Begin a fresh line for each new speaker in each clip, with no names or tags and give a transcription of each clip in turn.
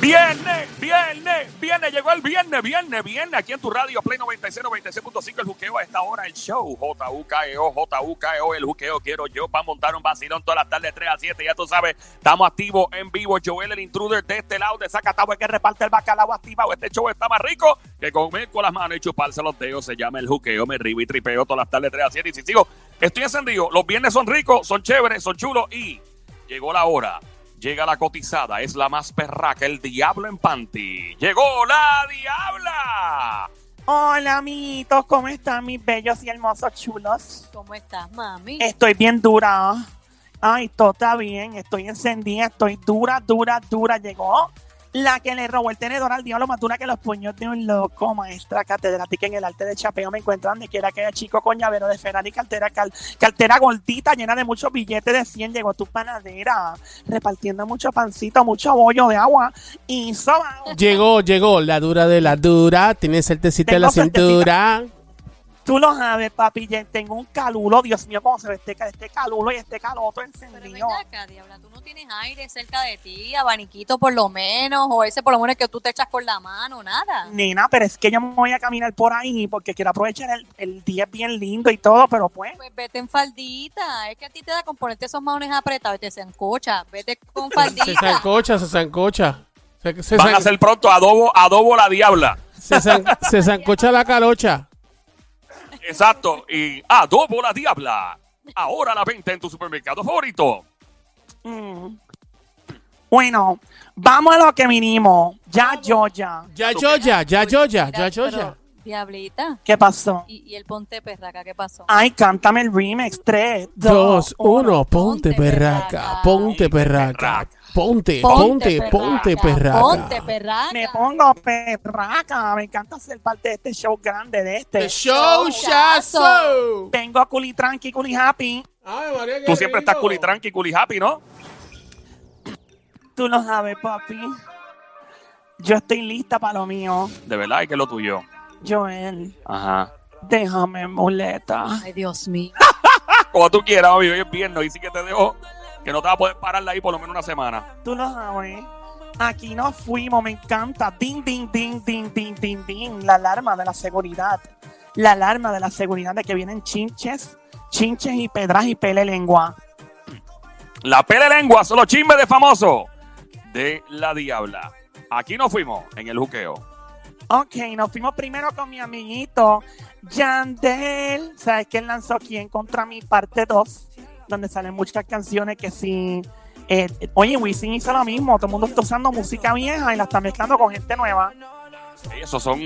Viernes, viernes, viernes, llegó el viernes, viernes, viernes, aquí en tu radio Play 96, 96.5, el juqueo a esta hora, el show, J-U-K-E-O, J-U-K-E-O, E el juqueo quiero yo, para montar un vacilón todas las tardes 3 a 7, ya tú sabes, estamos activos en vivo, Joel el intruder de este lado, de Zacatau, el que reparte el bacalao activado, este show está más rico que comer con las manos y chuparse los dedos, se llama el juqueo, me río y tripeo todas las tardes 3 a 7, y si sigo, estoy encendido, los viernes son ricos, son chéveres, son chulos, y llegó la hora. Llega la cotizada, es la más perraca, el diablo en panty. ¡Llegó la diabla!
Hola, amiguitos, ¿cómo están mis bellos y hermosos chulos?
¿Cómo estás, mami?
Estoy bien dura. Ay, todo está bien, estoy encendida, estoy dura, dura, dura. Llegó la que le robó el tenedor al diablo, más dura que los puños de un loco, maestra catedrática en el arte de chapeo. Me encuentro donde quiera que haya chico con llavero de Ferrari, cartera, cal- cartera gordita, llena de muchos billetes de 100. Llegó tu panadera, repartiendo mucho pancito, mucho bollo de agua y soba.
Llegó, llegó, la dura de la dura, tiene certecita en la
Tengo certecita.
cintura.
Tú lo sabes, papi. ya Tengo un calulo, Dios mío, cómo se ve este, ca- este calulo y este caloto
Pero
encendido.
venga acá, Diabla, tú no tienes aire cerca de ti, abaniquito por lo menos, o ese por lo menos que tú te echas con la mano, nada.
Nena, pero es que yo me voy a caminar por ahí porque quiero aprovechar el, el día es bien lindo y todo, pero pues.
Pues vete en faldita, es que a ti te da con ponerte esos maones apretados y te sancocha, vete con faldita.
Se zancocha, se zancocha. Se, se,
Van a
zan-
hacer pronto adobo, adobo la diabla.
se zan- se zancocha la calocha.
Exacto. Y adobo la diabla. Ahora la venta en tu supermercado favorito.
mm. Bueno, vamos a lo que vinimos. Ya, yo, ya.
Ya Yoya, ya Yoya, ya
Mira,
Yoya.
pero, Diablita,
¿Qué pasó?
y, y el ponte perraca, ¿qué pasó?
Ay, cántame el remix. Tres, dos,
Dos, uno,
Ponte
ponte perraca,
perraca.
ponte perraca. Ponte, ponte,
Ponte
ponte perraca.
perraca.
Me pongo perraca. Me encanta ser parte de este show grande de este.
The
Pues
show shazo.
Tengo culi tranqui, culi happy.
Ay, María, qué
Tú siempre estás
rico.
culi tranqui, culi happy, ¿no?
Tú lo sabes, papi. Yo estoy lista para lo mío.
De verdad, es que es lo tuyo.
Joel,
Ajá.
déjame muleta.
Ay, Dios mío.
Ah, Como tú quieras, amigo. Hoy es viernes y sí que te dejo que no te vas a poder pararla ahí por lo menos una semana.
Tú lo sabes. Aquí nos fuimos, me encanta. Din, din, din, din, din, din, din. La alarma de la seguridad. La alarma de la seguridad de que vienen chinches, chinches y pedras y pele lengua.
La pele lengua, solo chisme de famoso de la diabla. Aquí nos fuimos en el juqueo.
Ok, nos fuimos primero con mi amiguito Yandel. ¿Sabes que él lanzó quién contra mi parte 2? Donde salen muchas canciones que sí. eh, oye, Wisin hizo lo mismo. Todo el mundo está usando música vieja y la está mezclando con gente nueva.
Sí, esos son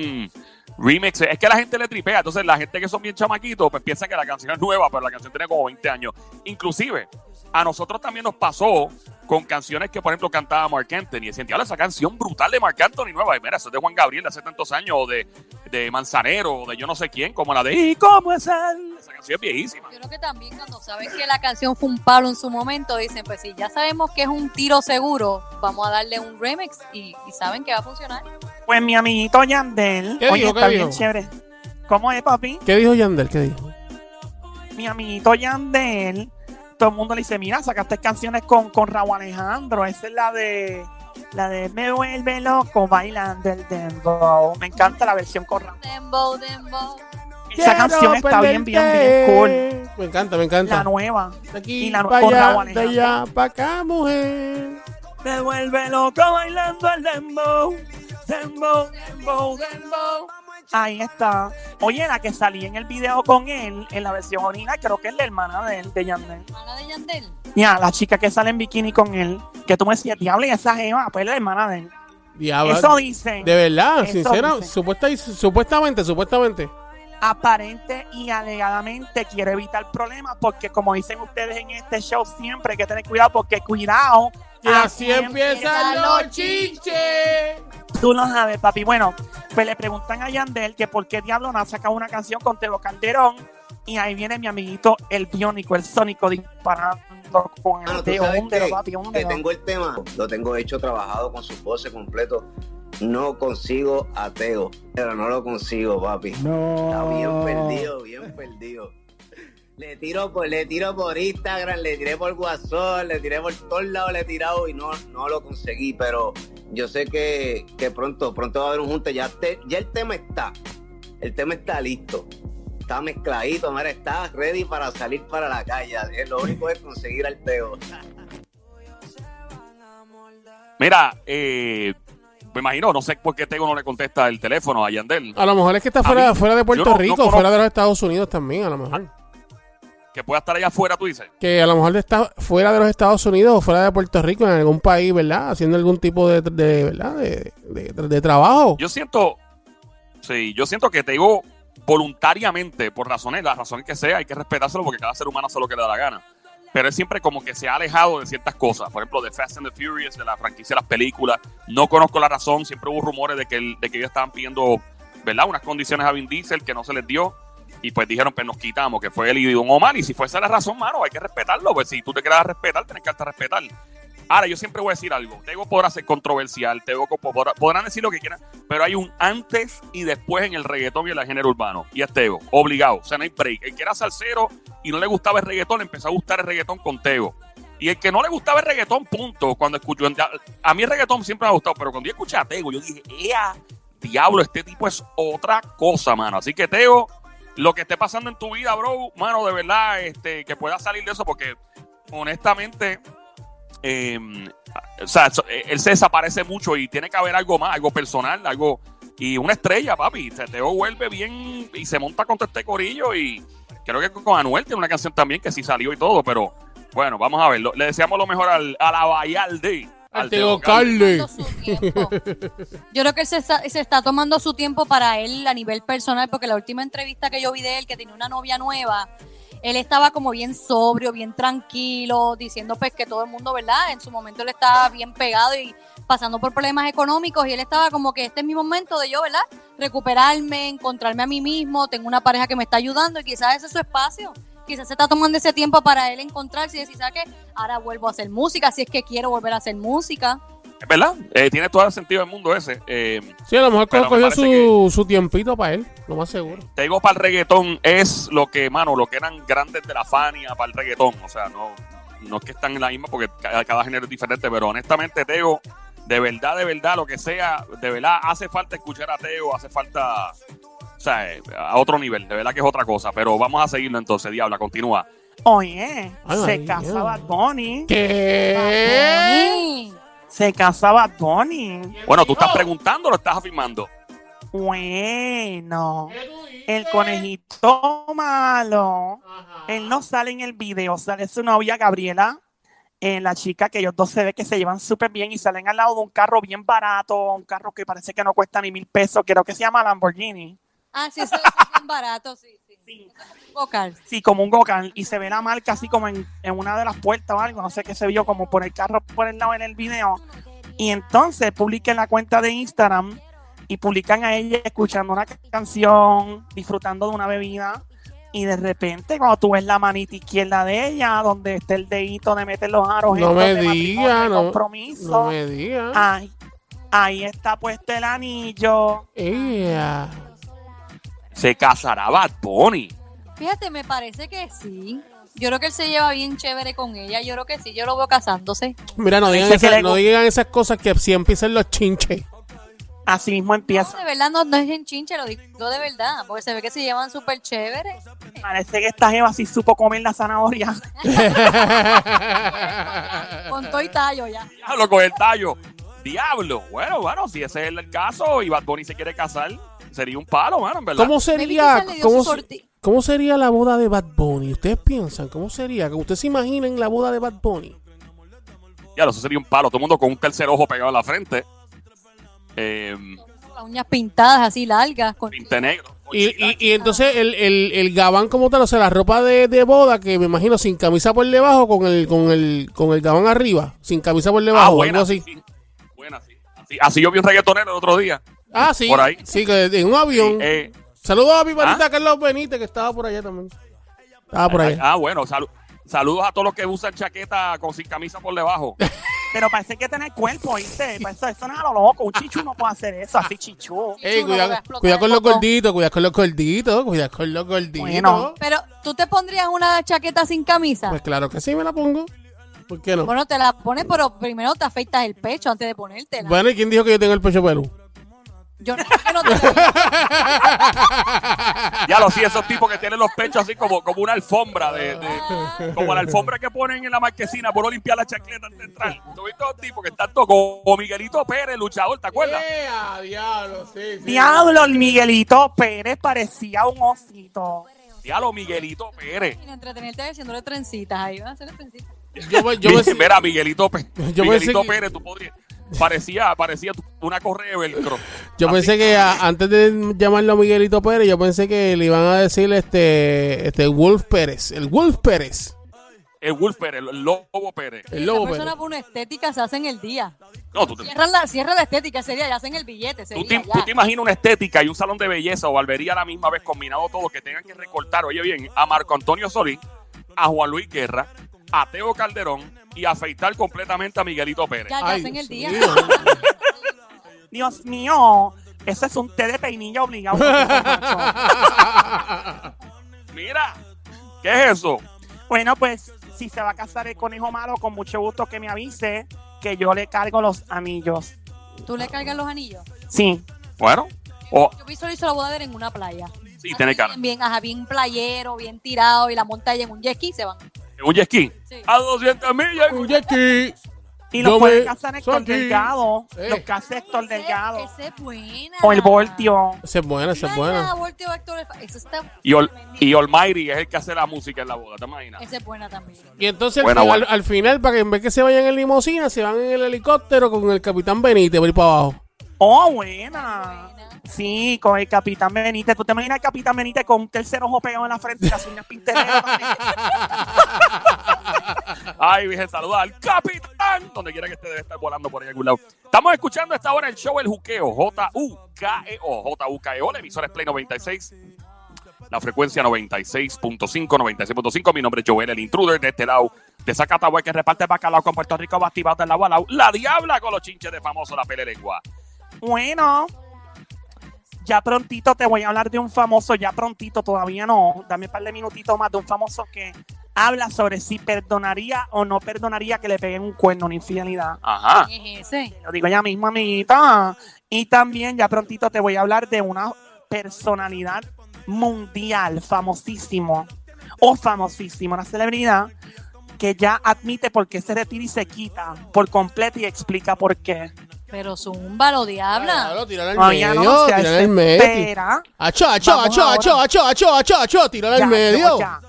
remixes. Es que la gente le tripea. Entonces, la gente que son bien chamaquitos, pues piensan que la canción es nueva, pero la canción tiene como 20 años. Inclusive, a nosotros también nos pasó con canciones que, por ejemplo, cantaba Mark Anthony. Y decían, "Diablo, esa canción brutal de Mark Anthony nueva. Y mira, eso es de Juan Gabriel de hace tantos años, o de, de Manzanero, o de yo no sé quién, como la de ¿Y cómo es él? Esa canción es viejísima.
Yo creo que también cuando saben que la canción fue un palo en su momento, dicen, pues si ya sabemos que es un tiro seguro, vamos a darle un remix y, y saben que va a funcionar.
Pues mi amiguito Yandel.
¿Qué
oye,
dijo, qué
está bien
dijo?
chévere. ¿Cómo es, papi?
¿Qué dijo Yandel? ¿Qué dijo?
Mi amiguito Yandel. Todo el mundo le dice: Mira, sacaste canciones con, con Raúl Alejandro. Esa es la de. La de Me vuelve loco bailando el dembow. Me encanta la versión con Raúl.
Dembow, dembow.
Esa canción está bien, bien, bien cool.
Me encanta, me
La
encanta.
nueva.
De aquí
y la
pa'
con
allá,
Raúl
de
Alejandro.
allá para acá, mujer.
Me vuelve loco bailando el dembow. Dembow, dembow, dembow. Ahí está. Oye, la que salí en el video con él, en la versión original, creo que es la hermana de él, de Yandel.
Hermana de Yandel.
Ya, la chica que sale en bikini con él, que tú me decías, diablo, y esa jeva, pues es la hermana de él.
Diablo.
Eso dicen.
Ah, De verdad,
Eso
sincera,
dicen.
supuesta y- supuestamente, supuestamente.
aparente y alegadamente quiere evitar problemas porque como dicen ustedes en este show siempre hay que tener cuidado porque cuidado
Y así
empiezan
empiezan
los
los chinches.
tú lo sabes papi bueno pues le preguntan a Yandel que por qué diablo no ha sacado una canción con Tebo Calderón y ahí viene mi amiguito el biónico el sónico disparando con el
Mano, ¿tú
dedo
sabes
un dedo,
qué?
papi un
Te
dedo.
tengo el tema, lo tengo hecho, trabajado con sus voces completos. No consigo ateo, pero no lo consigo, papi. Está bien perdido, bien perdido. Le tiro por, le tiro por Instagram, le tiré por WhatsApp, le tiré por todos lados, le he tirado y no, no lo conseguí, pero yo sé que, que pronto, pronto va a haber un junte. Ya, te- ya el tema está, el tema está listo, está mezcladito, mira, está ready para salir para la calle. eh, Lo único es conseguir al teo.
Mira, eh, me imagino, no sé por qué Tego no le contesta el teléfono a Yandel,
A lo mejor es que está
A
fuera,
mí-
fuera de
yo
Puerto
no- no
Rico,
conozco-
fuera de los Estados Unidos también, a lo mejor.
que pueda estar allá afuera, tú dices.
Que a lo mejor está fuera de los Estados Unidos o fuera de Puerto Rico, en algún país, ¿verdad? Haciendo algún tipo de, de- ¿verdad? De, de- de trabajo.
Yo siento, sí, yo siento que Tego voluntariamente, por razones, la razón que sea, hay que respetárselo porque cada ser humano hace lo que le da la gana. Pero él siempre como que se ha alejado de ciertas cosas. Por ejemplo, de Fast and the Furious, de la franquicia de las películas. No conozco la razón. Siempre hubo rumores de que, el- de que ellos estaban pidiendo, ¿verdad? Unas condiciones a Vin Diesel que no se les dio. Y pues dijeron, pues nos quitamos, que fue él y Don Omar. Y si fuese la razón, mano, hay que respetarlo. Pues si tú te quieres respetar, tienes que darte a respetar. Ahora, yo siempre voy a decir algo. Tego podrá ser controversial, Tego co- podrá- podrán decir lo que quieran, pero hay un antes y después en el reggaetón y en el género urbano. Y es Tego, obligado. O sea, no hay break. El que era salsero y no le gustaba el reggaetón, le empezó a gustar el reggaetón con Tego. Y el que no le gustaba el reggaetón, punto. Cuando escuchó, a mí el reggaetón siempre me ha gustado, pero cuando yo escuché a Tego, yo dije, ¡ea! Diablo, este tipo es otra cosa, mano. Así que, Tego, lo que esté pasando en tu vida, bro, mano, de verdad, este, que puedas salir de eso, porque honestamente, eh, o sea, so- eh, él se desaparece mucho y tiene que haber algo más, algo personal, algo. Y una estrella, papi. Se te vuelve bien y se monta contra este corillo. Y creo que con Anuel tiene una canción también que sí salió y todo, pero bueno, vamos a ver. Lo- Le deseamos lo mejor al, a la Bayalde.
Al
Teo
Tego Carli.
tomando su tiempo. Yo creo que él se está, se está tomando su tiempo para él a nivel personal, porque la última entrevista que yo vi de él, que tenía una novia nueva, él estaba como bien sobrio, bien tranquilo, diciendo pues que todo el mundo, ¿verdad? En su momento él estaba bien pegado y pasando por problemas económicos y él estaba como que este es mi momento de yo, ¿verdad? Recuperarme, encontrarme a mí mismo, tengo una pareja que me está ayudando y quizás ese es su espacio. Quizás se está tomando ese tiempo para él encontrarse y decir, ¿sabes qué? Ahora vuelvo a hacer música, si es que quiero volver a hacer música.
¿Verdad? Eh, tiene todo el sentido del mundo ese. Eh,
Sí, a lo mejor
Pero me
cogió
parece
su,
que-
su tiempito para él, lo más seguro.
te digo, para el reggaetón es lo que, mano, lo que eran grandes de la Fania para el reggaetón. O sea, no, no es que están en la misma porque cada, cada género es diferente, pero honestamente, Teo, de verdad, de verdad, lo que sea, de verdad, hace falta escuchar a Teo, hace falta, o sea, eh, a otro nivel, de verdad que es otra cosa, pero vamos a seguirlo entonces, Diabla, continúa.
Oye,
Ay,
se
ay, ay.
casaba Bonnie.
¿Qué?
Ay.
Se casaba Bonnie.
Bueno, tú estás preguntando o lo estás afirmando.
Bueno, el conejito malo. Él no sale en el video, sale su novia Gabriela, eh, la chica que ellos dos se ve que se llevan súper bien y salen al lado de un carro bien barato, un carro que parece que no cuesta ni mil pesos, creo que se llama Lamborghini.
Ah, sí, eso es bien barato, sí, sí.
Sí.
Vocal.
Sí, como un Gokan, y se ve la marca así como en, en una de las puertas o algo, no sé qué se vio, como por el carro por el lado en el video. Y entonces publican la cuenta de Instagram y publican a ella escuchando una canción, disfrutando de una bebida. Y de repente, cuando tú ves la manita izquierda de ella, donde está el dedito de meter los aros,
No
estos
me
de matrimonio,
diga,
de
no-
compromiso.
No me
ah,
digas.
Ay, ahí está puesto el anillo.
Ea.
Se casará Bad Bunny.
Fíjate, me parece que sí. Yo creo que él se lleva bien chévere con ella. Yo creo que sí, yo lo veo casándose.
Mira, no digan,
Parece que
esas,
le-
no digan esas cosas que si empiezan los chinches.
Así mismo
No,
empieza.
de verdad, no, no es en chinche, lo digo de verdad. Porque se ve que se llevan súper chévere.
Parece que esta jeva sí supo comer la zanahoria.
Con todo y tallo ya.
Diablo con el tallo. Diablo. Bueno, bueno, si ese es el caso y Bad Bunny se quiere casar, sería un palo, mano, en verdad.
¿Cómo sería,
quizás le dio
cómo,
su
se-
sorti-
cómo sería la boda de Bad Bunny? ¿Ustedes piensan cómo sería? ¿Que ustedes se imaginen la boda de Bad Bunny?
Ya, eso sería un palo. Todo el mundo con un tercer ojo pegado a la frente. Eh,
Las uñas pintadas así largas. Con...
pinte negro.
Y,
mochila.
y- y entonces el, el, el gabán como tal, o sea, la ropa de, de boda que me imagino sin camisa por debajo, con el con el, con el gabán arriba, sin camisa por
ah,
debajo, o algo
buena,
así.
sí. Buena, sí. Así, así yo vi un reggaetonero el otro día.
Ah, sí.
Por ahí.
Sí, que en un avión.
Eh,
Saludos a mi panita Carlos Benítez, que estaba por allá también. Estaba por allá.
Ah, bueno, salu- saludos a todos los que usan chaqueta con sin camisa por debajo.
Pero parece que tener cuerpo, ¿viste? Para Eso, eso no es a lo loco. Un chichu no puede hacer eso, así chichu.
Sí,
Ey,
chulo, voy a
cuidado,
explotar
cuidado
el
con los
botón.
gorditos, cuidado con los gorditos, cuidado con los gorditos.
Bueno.
Pero, ¿tú te pondrías una chaqueta sin camisa?
Pues claro que sí, me la pongo. ¿Por qué no? Bueno,
Bueno, te la pones, pero primero te afeitas el pecho antes de ponértela.
¿y quién dijo que yo tengo el pecho peludo?
Yo no, yo no te lo
Ya lo sí, esos tipos que tienen los pechos así como, como una alfombra de, de- como la alfombra que ponen en la marquesina por limpiar la chancleta antes de entrar. Tú viste los tipos que están todos como Miguelito Pérez, luchador, ¿te acuerdas?
¡Ea, diablo! Sí, sí.
Diablo, el Miguelito Pérez parecía un osito.
Ya lo Miguelito Pérez.
entretenerte haciéndole trencitas ahí, van a hacerle trencitas.
Yo, me- yo me-
Mira, Miguelito, Pe-
Yo pensé
Miguelito
que-
Pérez, tú podrías. Parecía, parecía tu- una correa de velcro.
yo pensé que a- antes de llamarlo a Miguelito Pérez, yo pensé que le iban a decir este, este Wolf Pérez. El Wolf Pérez.
El Wolf Pérez, el Lobo Pérez.
El
Esa
lobo
persona
Pérez.
por una estética se hacen el día.
No, tú te,
Cierran la, cierra la estética ese día y hacen el billete ese
tú
día.
te-
ya.
tú te imaginas una estética y un salón de belleza o barbería a la misma vez combinado todo que tengan que recortar, oye bien, a Marco Antonio Solís, a Juan Luis Guerra, a Teo Calderón y afeitar completamente a Miguelito Pérez.
Ya, ya
Ay,
hacen el
Dios
día.
mío.
Dios mío, eso es un té de peinilla obligado. macho.
Mira, ¿qué es eso?
bueno, pues si se va a casar el conejo malo, con mucho gusto que me avise que yo le cargo los anillos.
Tú le cargas los anillos.
Sí,
Bueno, o
Yo visualizo la boda de él en una playa.
sí, tiene
Así,
cara.
Bien, ajá, bien playero, bien tirado y la montaña en un jet ski se van.
Un jet ski.
Sí.
A 200 millas.
Un jet ski.
y los
Yo
puede
me-
casar Héctor
Santi.
Delgado.
Eh.
Los casa Héctor
Ese-
Delgado.
Ese es buena.
O el voltio.
Esa es buena, esa es buena.
voltio actor. de fa- Eso está.
Y, Ol- y Almighty es el que hace la música en la boda, ¿te imaginas?
Esa es buena también.
Y entonces al
Buena,
final-
buena.
Al, final, para que en vez que se vayan en limusina, se van en el helicóptero con el capitán Benítez, voy para abajo.
Oh, buena. Sí, con el Capitán Benítez. ¿Tú te imaginas al Capitán Benítez con un tercer ojo pegado en la frente y las uñas pinteras?
Ay, Virgen, saluda al capitán. Donde quiera que esté, debe estar volando por ahí algún lado. Estamos escuchando a esta hora el show El Juqueo. J-U-K-E-O. J-U-K-E-O. E La emisora es Play 96. La frecuencia 96.5, 96.5. Mi nombre es Joel, el intruder de este lado. De Zacatagua que reparte bacalao con Puerto Rico, bastibado del lado a lado. La diabla con los chinches de famoso, la pele lengua.
bueno, ya prontito te voy a hablar de un famoso, ya prontito, todavía no. Dame un par de minutitos más de un famoso que habla sobre si perdonaría o no perdonaría que le peguen un cuerno, una infidelidad.
Ajá.
¿Quién es ese?
Lo digo ya mismo, amiguita. Y también ya prontito te voy a hablar de una personalidad mundial, famosísimo o famosísimo, una celebridad que ya admite por qué se retira y se quita por completo y explica por qué.
Pero Zumba lo diabla.
Claro, tirar al
Todavía
medio,
no se
tirar al medio.
desespera.
Acho, acho,
Vamos
acho,
ahora.
acho, acho, acho, acho, acho, tirar
Ya,
al medio.
yo, ya.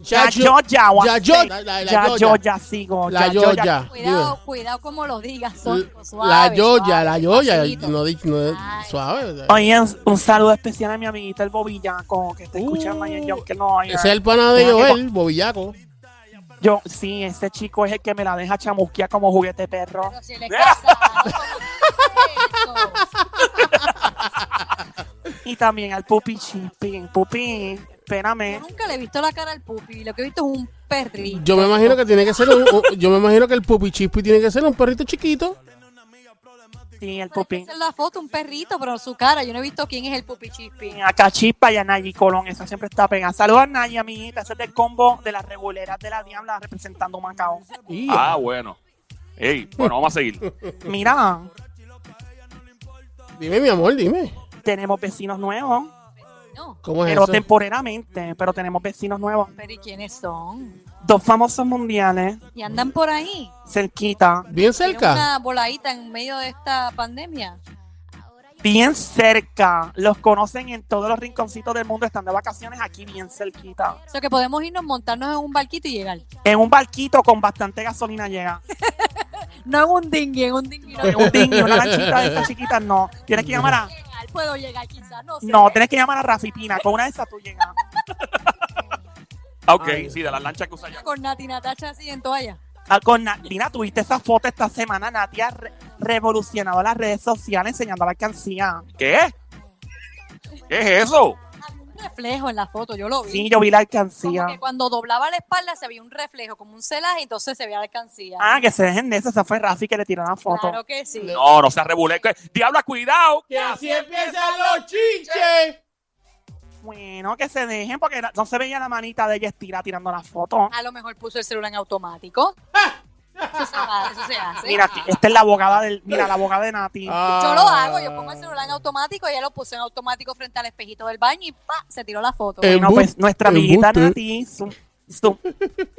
Ya, yo, ya, o
ya,
así.
yo, la- la- la
Ya,
yo,
yo,
ya.
ya sigo.
La
Ya, yo, ya.
Yoya.
Cuidado, cuidado como lo digas. Son
La
suave,
Yoya,
suave,
la Yoya.
despacito.
No, di- no-
Ay.
suave. o sea.
Oye, un- un saludo especial a mi amiguita el Bobillaco, que está escuchando
Uh,
ahí en John, que no oiga.
Ese es el pana de
Deja que
Joel, Bobillaco.
Yo, sí, ese chico es el que me la deja chamusquear como juguete perro.
Pero si él es casado, ¿cómo es eso?
Y también al Pupi Chipping. Pupi, espérame.
Yo nunca le he visto la cara al pupi. Lo que he visto es un perrito.
Yo me imagino que tiene que ser un, un- yo me imagino que el Pupi Chispi tiene que ser un perrito chiquito.
Sí, el
Pero es que
Pupi.
esa es la foto, un perrito, pero su cara. Yo no he visto quién es el pupi chispi.
A Cachispa y a Nayi Colón, esa siempre está pegada. Saludos a Nayi, amiguita. Ese es del combo de las reguleras de la Diabla representando Macao.
Y-
Ah, bueno. Ey, bueno, vamos a seguir.
Mira,
Dime, mi amor, dime.
tenemos vecinos nuevos,
No,
¿Cómo es
pero
eso?
temporeramente, pero tenemos vecinos nuevos.
pero ¿y quiénes son?
Dos famosos mundiales,
Y andan por ahí.
cerquita,
Tienen
Bien cerca.
Una voladita en medio de esta pandemia.
bien cerca. Los conocen en todos los rinconcitos del mundo, están de vacaciones aquí bien cerquita.
O sea que podemos irnos, montarnos en un barquito y llegar.
En un barquito con bastante gasolina llega.
No en un dinghy, en un dinghy. No,
En un dinghy, una lanchita de esas chiquitas, no. Tienes que llamar a...
llegar, puedo llegar quizás, no sé.
No, tienes que llamar a Rafi Pina. Con una de esas tú llegas.
Ah, Ok,
Ay.
sí, de las lanchas que usa ya.
Con Nati Natacha así en toalla.
Ah, Con Natina, tuviste esa foto esta semana. Nati ha re- revolucionado las redes sociales enseñando la alcancía.
¿Qué? ¿Qué es eso?
Había un reflejo en la foto, yo lo vi.
Sí, yo vi la
como
alcancía.
que cuando doblaba la espalda se veía un reflejo, como un celaje, entonces se veía la alcancía.
Ah, que se dejen de eso. Esa fue Rafi que le tiró una foto.
Claro que sí.
No, no se rebule. Diabla, cuidado.
Que así empiezan los chinches.
Bueno, que se dejen porque era- no se veía la manita de ella estira tirando la foto.
A lo mejor puso el celular en automático. Eso se, va- eso se hace.
Mira, ti- esta es la abogada del, mira, la abogada de
Ah,
Nati.
Yo lo hago, yo pongo el celular en automático, ella lo puso en automático frente al espejito del baño y pa, se tiró la foto.
Eh,
Bueno, pues
embuste,
nuestra amiguita
embuste.
Nati, su- su-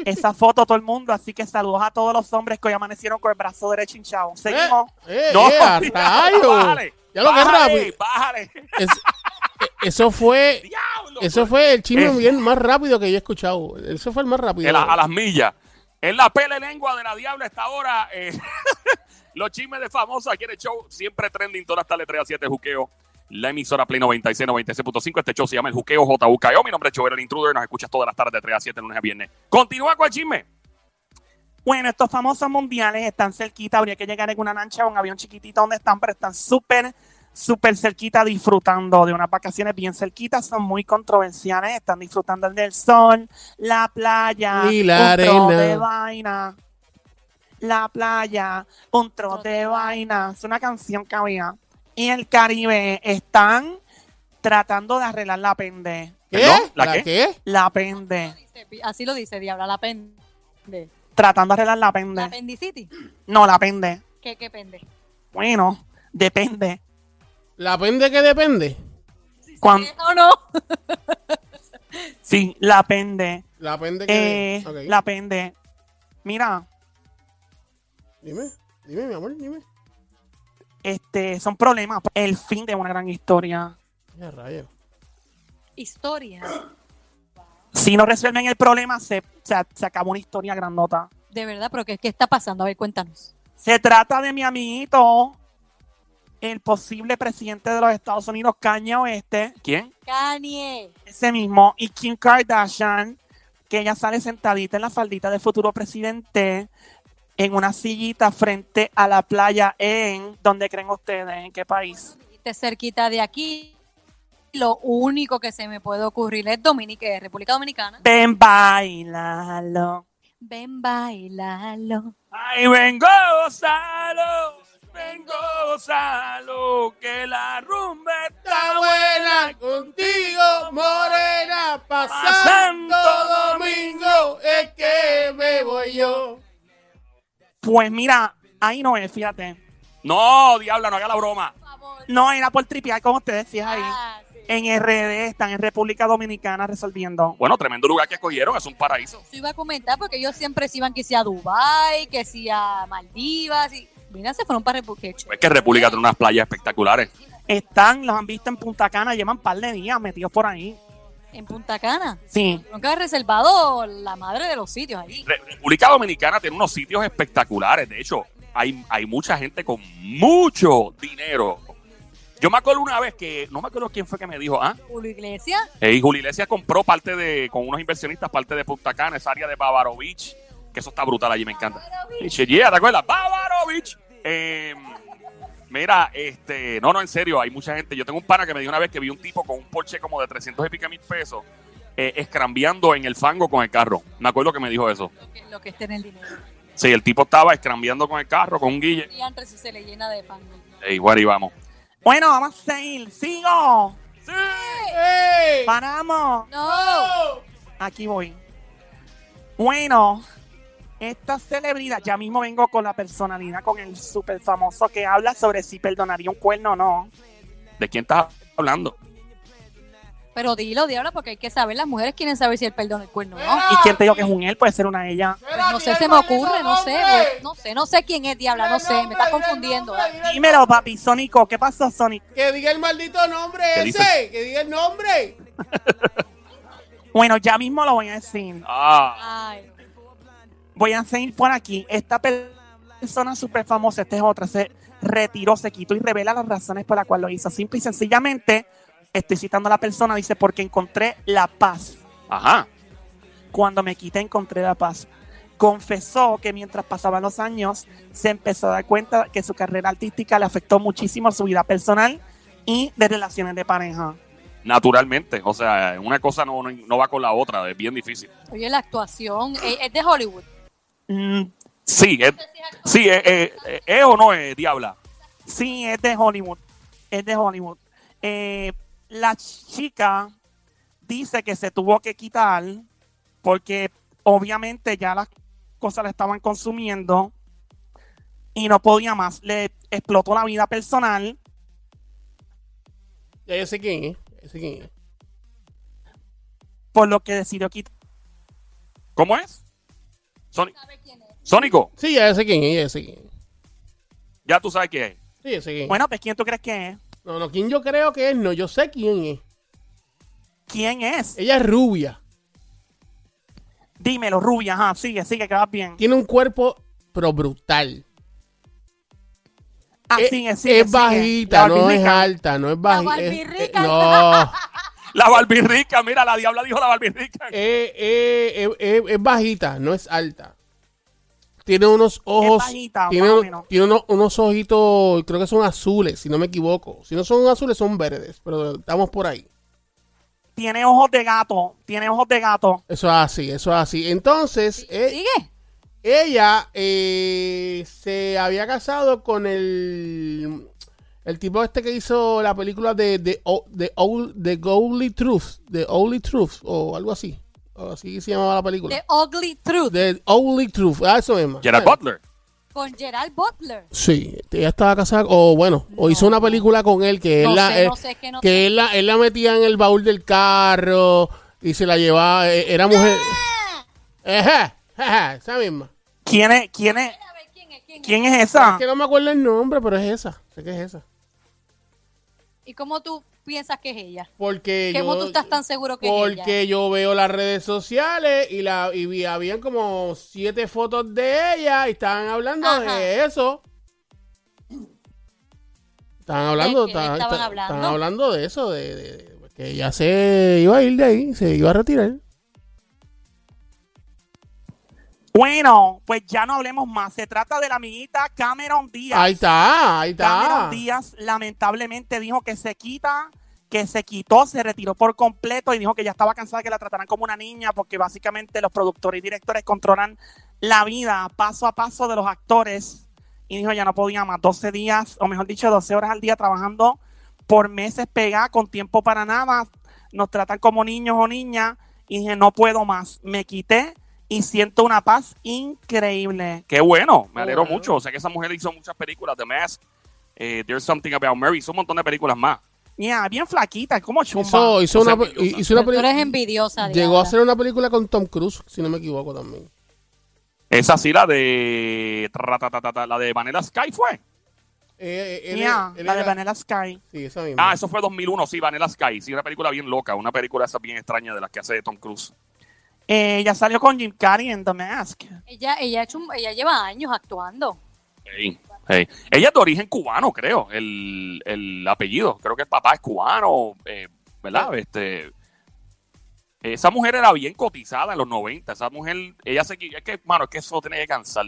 esa foto todo el mundo, así que saludos a todos los hombres que hoy amanecieron con el brazo derecho hinchado. Seguimos.
Eh, eh,
No,
eh, a
mira,
rayo.
bájale,
Ya lo que es
bájale,
rápido.
Bájale.
Es- eh, eso fue.
Diablo.
Eso fue el chisme
Eh.
bien más rápido que yo he escuchado. Eso fue el más rápido.
En la- a las millas. En la pele lengua de la diabla esta hora. eh, los chismes de famosos aquí en el show. Siempre trending todas las tardes 3 a 7 juqueo. La emisora Play 96, 96.5. Este show se llama El Juqueo JUKO. E Mi nombre es Chovero el Intruder. Nos escuchas todas las tardes de 3 a 7, lunes a viernes. Continúa con el chisme.
Bueno, estos famosos mundiales están cerquita, habría que llegar en una lancha o un avión chiquitito donde están, pero están súper, súper cerquita disfrutando de unas vacaciones bien cerquitas, son muy controversiales, están disfrutando del sol, la playa,
Y la
un tro
arena.
de vaina, la playa, un tro de vaina, es una canción que había. Y el Caribe están tratando de arreglar la pende,
¿Qué?
Perdón,
¿La,
¿la
qué?
qué?
la pende,
Así lo dice Diabla, la pende.
tratando de arreglar la pende,
La apendicitis.
no la pende,
¿Qué, qué pende?
bueno, depende.
¿La pende que depende?
Cuan-
¿O no?
sí, la pende.
La pende que.
Eh,
Ok.
La pende. Mira,
Dime, dime, mi amor, dime.
este, son problemas. El fin de una gran historia.
Ya rayo.
Historia.
Si no resuelven el problema, se, se, se acabó una historia grandota.
De verdad, pero ¿qué, qué está pasando? A ver, cuéntanos.
Se trata de mi amiguito, el posible presidente de los Estados Unidos, Caña Oeste,
¿Quién?
Kanye.
ese mismo, y Kim Kardashian, que ella sale sentadita en la faldita del futuro presidente, en una sillita frente a la playa en, ¿dónde creen ustedes? ¿En qué país?
Esté cerquita de aquí. Lo único que se me puede ocurrir es Dominic- eh, República Dominicana.
Ven, bailalo.
Ven, bailalo.
Ay, vengo, Gonzalo. Vengo, Gonzalo. Que la rumba
Está buena contigo, morena, pa'
Santo
Domingo, es que me voy yo.
Pues mira, ahí no es, fíjate.
No, diabla, no haga la broma.
Por favor.
No, era por tripear, como ustedes decían ahí.
Ah, sí.
En RD, están en República Dominicana resolviendo.
Bueno, tremendo lugar que escogieron. Es un paraíso.
Yo iba a comentar porque ellos siempre se iban que si a Dubai, que si a Maldivas. Y... Mira, se fueron para República.
Es que República tiene unas playas espectaculares.
Están, los han visto en Punta Cana, llevan un par de días metidos por ahí.
En Punta Cana.
Sí.
Nunca he reservado la madre de los sitios ahí.
Re- República Dominicana tiene unos sitios espectaculares. De hecho, hay, hay mucha gente con mucho dinero. Yo me acuerdo una vez que, no me acuerdo quién fue que me dijo, ah,
Julio Iglesias.
hey, Julio Iglesias compró parte de, con unos inversionistas, parte de Punta Cana, esa área de Bávaro Beach, que eso está brutal allí, me encanta. Y che, yeah, ¿te acuerdas? Bávaro Beach. Eh, mira, este, no, no, en serio, hay mucha gente. Yo tengo un pana que me dijo una vez que vi un tipo con un Porsche como de 300 y pico mil pesos, eh, escrambeando en el fango con el carro. Me acuerdo que me dijo eso.
Lo que, lo que esté en el dinero.
Sí, el tipo estaba escrambeando con el carro, con un guille.
Y antes se le llena de pan.
Ey, Guari, vamos.
Bueno, vamos a seguir. Sigo.
¡Ey! Oh,
Paramos.
No.
Aquí voy. Bueno, esta celebridad, ya mismo vengo con la personalidad, con el súper famoso que habla sobre si perdonaría un cuerno o no.
¿De quién estás hablando?
Pero dilo, diabla, porque hay que saber. Las mujeres quieren saber si el perdón el cuerno, ¿no?
¿Y quién te dijo que es un él? Puede ser una ella.
Pues no sé, se me ocurre, no sé. voy- No sé, no sé quién es diabla, no sé. Me estás confundiendo.
Dímelo, papi Sónico. ¿Qué pasó, Sónico?
Que diga el maldito nombre
¿Qué
ese,
dices?
que diga el nombre.
Bueno, ya mismo lo voy a decir.
Ah,
Ay.
Voy a seguir por aquí. Esta per- persona súper famosa, esta es otra, se retiró, se quitó y revela las razones por las cuales lo hizo. Simple y sencillamente, estoy citando a la persona, dice, porque encontré la paz.
ajá.
Cuando me quité, encontré la paz. Confesó que mientras pasaban los años, se empezó a dar cuenta que su carrera artística le afectó muchísimo a su vida personal y de relaciones de pareja.
naturalmente. O sea, una cosa no, no, no va con la otra, es bien difícil.
Oye, la actuación eh, es, de Hollywood.
Mm,
Sí, es, sí, es, es- es- es o no es, diabla.
sí, es de Hollywood. Es de Hollywood. Eh, la chica dice que se tuvo que quitar porque obviamente ya las cosas la estaban consumiendo y no podía más. Le explotó la vida personal.
Ya yo sé quién es. ya sé quién es.
por lo que decidió quitar.
¿Cómo es? Sónico,
¿Sabe quién es?
Sónico,
Sí, ya yo sé quién es. Ya yo sé quién es.
ya tú sabes qué es.
Sí, yo sé quién es.
Bueno, pues ¿quién tú crees que es?
No, no, quién yo creo que es, no, yo sé quién es.
¿Quién es?
Ella es rubia.
Dímelo, rubia, ajá, sigue, sigue, que vas bien.
Tiene un cuerpo, pero brutal.
Ah,
es,
sigue, sigue,
es
sigue.
bajita,
La
no es
barbirrica.
alta, no es bajita. es-
barbirrica.
eh, no,
La barbirrica, mira, la diabla dijo la barbirrica.
eh, eh, eh, eh, es bajita, no es alta. Tiene unos ojos,
bajita,
tiene,
más o
un-
menos.
tiene uno- unos ojitos, creo que son azules, si no me equivoco. Si no son azules, son verdes, pero estamos por ahí.
Tiene ojos de gato, tiene ojos de gato.
Eso es así, eso es así. Entonces, eh,
¿Sigue?
ella eh, se había casado con el el tipo este que hizo la película de The O- The O- The Only Truth, The Only Truth o algo así. O así se llamaba la película.
The Ugly Truth
The Only Truth, ah, eso mismo.
Gerard
Bueno,
Butler.
con Gerald Butler.
Sí, ella estaba casada o bueno, o hizo una película con él que
No
él la
sé, no
él-
sé, es que no
que él la él la metía en el baúl del carro y se la llevaba, eh, era mujer.
¡Ah!
Ejá, ejá, esa misma.
¿Quién es, quién es,
A ver, ¿quién es? ¿Quién es?
quién es esa?
Es que no me acuerdo el nombre, pero es esa. Sé que es esa.
¿Y cómo tú piensas que es ella?
Porque
¿Cómo
yo,
tú estás tan seguro que es ella?
porque yo veo las redes sociales y la y vi- habían como siete fotos de ella y estaban hablando
Ajá.
de eso. Estaban hablando,
¿De qué
estaban,
estaban
esta-
hablando?
estaban hablando de eso, de, de- de- que ella se iba a ir de ahí, se iba a retirar.
Bueno, pues ya no hablemos más. Se trata de la amiguita Cameron Díaz.
Ahí está, ahí está.
Cameron Díaz lamentablemente dijo que se quita, que se quitó, se retiró por completo y dijo que ya estaba cansada de que la trataran como una niña porque básicamente los productores y directores controlan la vida paso a paso de los actores y dijo ya no podía más, 12 días o mejor dicho 12 horas al día trabajando por meses pegada con tiempo para nada, nos tratan como niños o niñas y dije no puedo más, me quité y siento una paz increíble.
Qué bueno, me alegro
bueno.
mucho. O sea que esa mujer hizo muchas películas, The Mask, eh, There's Something About Mary, hizo un montón de películas más.
Mira, bien flaquita, como chumba.
Hizo, hizo
O sea,
una,
que yo-
hizo una
Pero tú eres
peli-
envidiosa.
Llegó a
diabla.
hacer una película con Tom Cruise, si no me equivoco también.
Esa sí, la de. tra, ta, ta, ta, ta, la de Vanilla Sky fue.
Eh, eh, él
Mira,
era- él
la de
era-
Vanilla Sky.
Sí, esa misma.
Ah, eso fue 2001, sí, Vanilla Sky. Sí, una película bien loca, una película esa bien extraña de las que hace Tom Cruise.
Eh, Ella salió con Jim Carrey en The Mask.
Ella, ella, ha hecho un- ella lleva años actuando.
Ey, ey. Ella es de origen cubano, creo, el, el apellido. Creo que el papá es cubano, eh, ¿verdad? Este, esa mujer era bien cotizada en los 90. Esa mujer, ella se... qui- Es que, mano, es que eso tiene que cansar.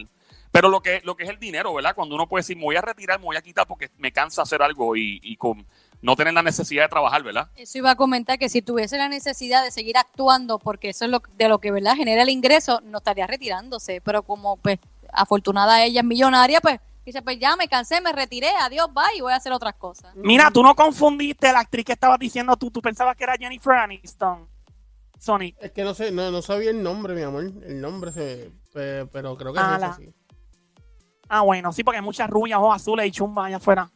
Pero lo que, lo que es el dinero, ¿verdad? Cuando uno puede decir, me voy a retirar, me voy a quitar porque me cansa hacer algo y, y con no tener la necesidad de trabajar, ¿verdad?
Eso iba a comentar que si tuviese la necesidad de seguir actuando, porque eso es lo, de lo que verdad genera el ingreso, no estaría retirándose. Pero como pues afortunada ella es millonaria, pues dice, pues ya me cansé, me retiré, adiós, bye, y voy a hacer otras cosas.
Mm.
Mira, tú no confundiste la actriz que estabas diciendo tú. Tú pensabas que era Jennifer Aniston. Sonic.
Es que no sé, no, no sabía el nombre, mi amor. El nombre se. pe- Pero creo que
Ah,
es
la-
así.
Ah, bueno, sí, porque hay muchas rubias, ojos azules y chumbas allá afuera.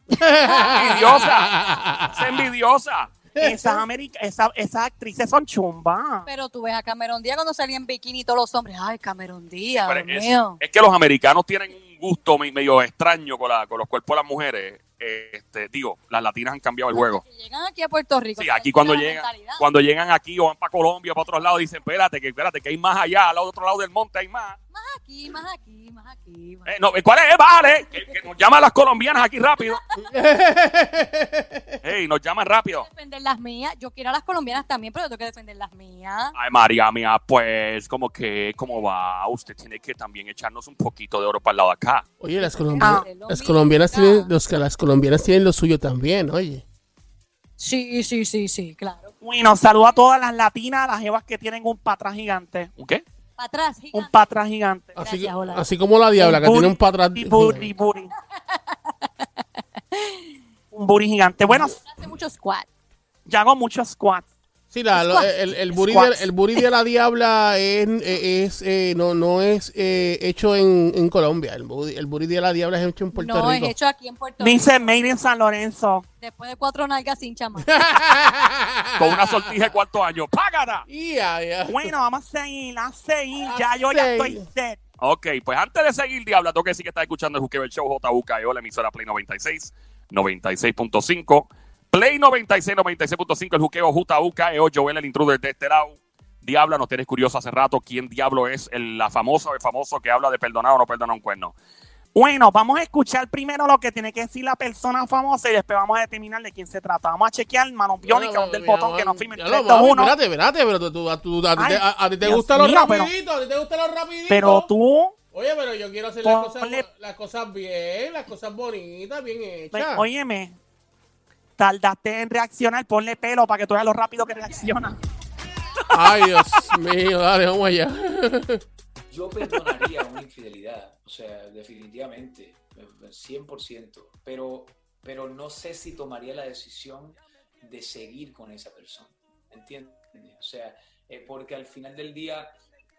¡Envidiosa! ¡Es envidiosa!
Esas, america- esa- esas actrices son chumbas.
Pero tú ves a Cameron Díaz cuando salía en bikini y todos los hombres, ay, Cameron Díaz,
Pero
Dios
es,
mío.
es que los americanos tienen un gusto me- medio extraño con, la- con los cuerpos de las mujeres. Eh, este, digo, las latinas han cambiado el juego.
Que llegan aquí a Puerto Rico.
Sí,
se
aquí
les
cuando
cambia la
llegan,
mentalidad.
cuando llegan aquí o van para Colombia o para otros lados, dicen, espérate, que espérate, que hay más allá, al otro lado del monte hay más.
Más aquí, más aquí, más aquí. más-
Eh, no, ¿Cuál es? Eh, Vale, que, que nos llaman las colombianas aquí rápido. Ey, nos llaman rápido.
defender las mías. Yo quiero a las colombianas también, pero yo tengo que defender las mías.
Ay, María mía, pues, como que, ¿cómo va? Usted tiene que también echarnos un poquito de oro para el lado de acá.
Oye, las,
Ah.
colombianas, las colombianas tienen los, las colombianas tienen lo suyo también, oye.
Sí, sí, sí, sí, claro.
Bueno, saludo a todas las latinas, a las jevas que tienen un patrás gigante.
¿Un qué?
Para atrás,
Un
gigante.
patrás gigante.
Así,
Gracias,
que-
hola.
así como la Ah, diabla, que
Booty,
tiene un patrón.
booty, booty. Un booty gigante. Bueno,
Hace mucho squat.
yo hago muchos squats.
Sí, la- lo-
Squats.
el, el, booty
Squats.
de, el booty de la diabla es, es, eh, no, no es eh, hecho en, en Colombia. El booty, el booty de la diabla es hecho en Puerto
No,
Rico.
es hecho aquí en Puerto Rico.
Dice Made in San Lorenzo.
Después de cuatro nalgas sin chamán.
Con una sortija de cuartos años. ¡Págala!
Ya, ya.
Bueno, vamos a seguir, a seguir. Ya
A
yo ya
seguir.
estoy set.
Ok, pues antes de seguir, Diabla, tengo que decir que estás escuchando el Juqueo el Show JUKEO, E, la emisora Play 96, 96.5. Play 96, 96.5, el Juqueo JUKEO, E, Joel, el intruder de este lado. Diabla, nos tienes curioso hace rato quién diablo es el, la famosa o el famoso que habla de perdonar o no perdonar un cuerno.
Bueno, vamos a escuchar primero lo que tiene que decir la persona famosa y después vamos a determinar de quién se trata. Vamos a chequear, mano biónica, donde el botón que nos firme el
Ya lo, mami,
321.
Espérate, espérate, pero tú, tú- a, tú- a ti
Ay,
te- a- a ti te
Dios
gustan los
mío, pero-
rapiditos, a ti te gustan los rapiditos.
Pero tú,
Oye, pero yo quiero hacer las cosas,
Ponle-
las cosas bien, las cosas bonitas, bien
ve,
hechas.
óyeme, tardaste en reaccionar, ponle pelo para que tú veas lo rápido que reacciona.
Ay, Dios mío, dale, vamos allá.
Yo perdonaría una infidelidad, o sea, definitivamente, 100%, pero, pero no sé si tomaría la decisión de seguir con esa persona, ¿entiendes? O sea, eh, porque al final del día,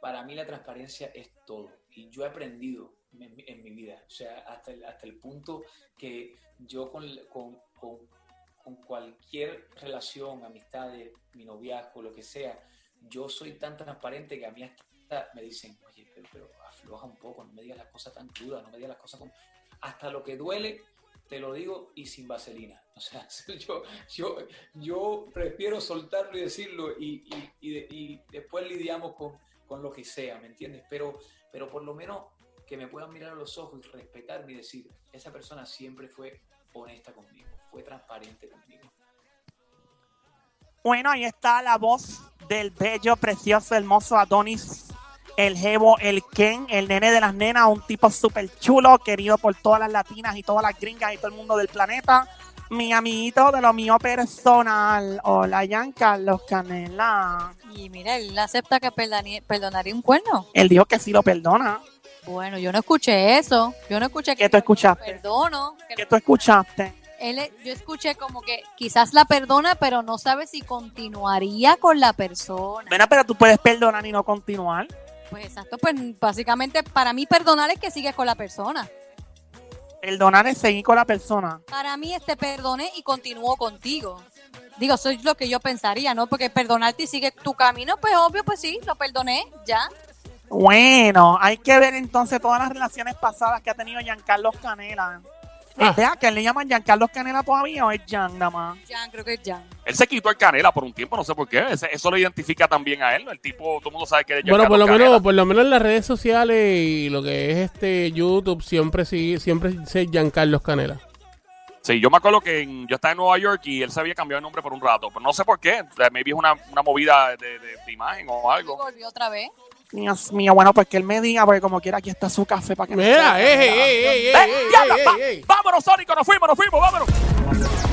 para mí la transparencia es todo, y yo he aprendido en, mi- en mi vida, o sea, hasta el, hasta el punto que yo con, con- con- con cualquier relación, amistades, mi noviazgo, lo que sea, yo soy tan transparente que a mí hasta hasta me dicen, oye, pero, pero afloja un poco, no me digas las cosas tan crudas, no me digas las cosas como... Hasta lo que duele, te lo digo y sin vaselina. O sea, yo, yo, yo prefiero soltarlo y decirlo y, y- y de- y después lidiamos con, con lo que sea, ¿me entiendes? Pero, pero por lo menos que me puedan mirar a los ojos y respetarme y decir, esa persona siempre fue honesta conmigo, fue transparente conmigo.
Bueno, ahí está la voz del bello, precioso, hermoso Adonis, el Jebo, el Ken, el nene de las nenas, un tipo súper chulo, querido por todas las latinas y todas las gringas y todo el mundo del planeta. Mi amiguito de lo mío personal. Hola, Gian Carlos Canela.
Y mira, él acepta que perdani- perdonaría un cuerno.
Él dijo que sí lo perdona.
Bueno, yo no escuché eso. Yo no escuché
¿Qué tú escuchaste?
perdono. que
¿Qué tú escuchaste?
él, yo escuché como que quizás la perdona, pero no sabe si continuaría con la persona.
Mira, pero tú puedes perdonar y no continuar.
Pues exacto, pues básicamente para mí perdonar es que sigues con la persona.
Perdonar es seguir con la persona.
Para mí este perdoné y continúo contigo. Digo, eso es lo que yo pensaría, ¿no? Porque perdonarte y sigue tu camino, pues obvio, pues sí, lo perdoné, ya.
Bueno, hay que ver entonces todas las relaciones pasadas que ha tenido Giancarlo Canela. Eh,
Ah.
Vea que le llaman Giancarlo Canela todavía o es Gian nada más.
Ya, creo que ya.
Él se quitó el canela por un tiempo, no sé por qué. Ese- Eso lo identifica también a él. ¿no? El tipo, todo el mundo sabe que es
Bueno, por
Giancarlo
lo menos,
Canela.
por lo menos en las redes sociales y lo que es este YouTube siempre sí, siempre dice Giancarlos Canela.
Sí, yo me acuerdo que en- yo estaba en Nueva York y él se había cambiado de nombre por un rato. Pero no sé por qué. O sea, Maybe es una, una movida de, de- de imagen o
Y
algo.
volvió otra vez.
Dios mío, bueno, pues que él me diga, porque como quiera aquí está su café para que me
Mira,
salga,
eh,
mira.
eh, eh, eh,
¡Eh,
eh,
diablo,
eh,
va-
eh, eh.
¡Vámonos, Sónico! ¡Nos fuimos, nos fuimos! ¡Vámonos!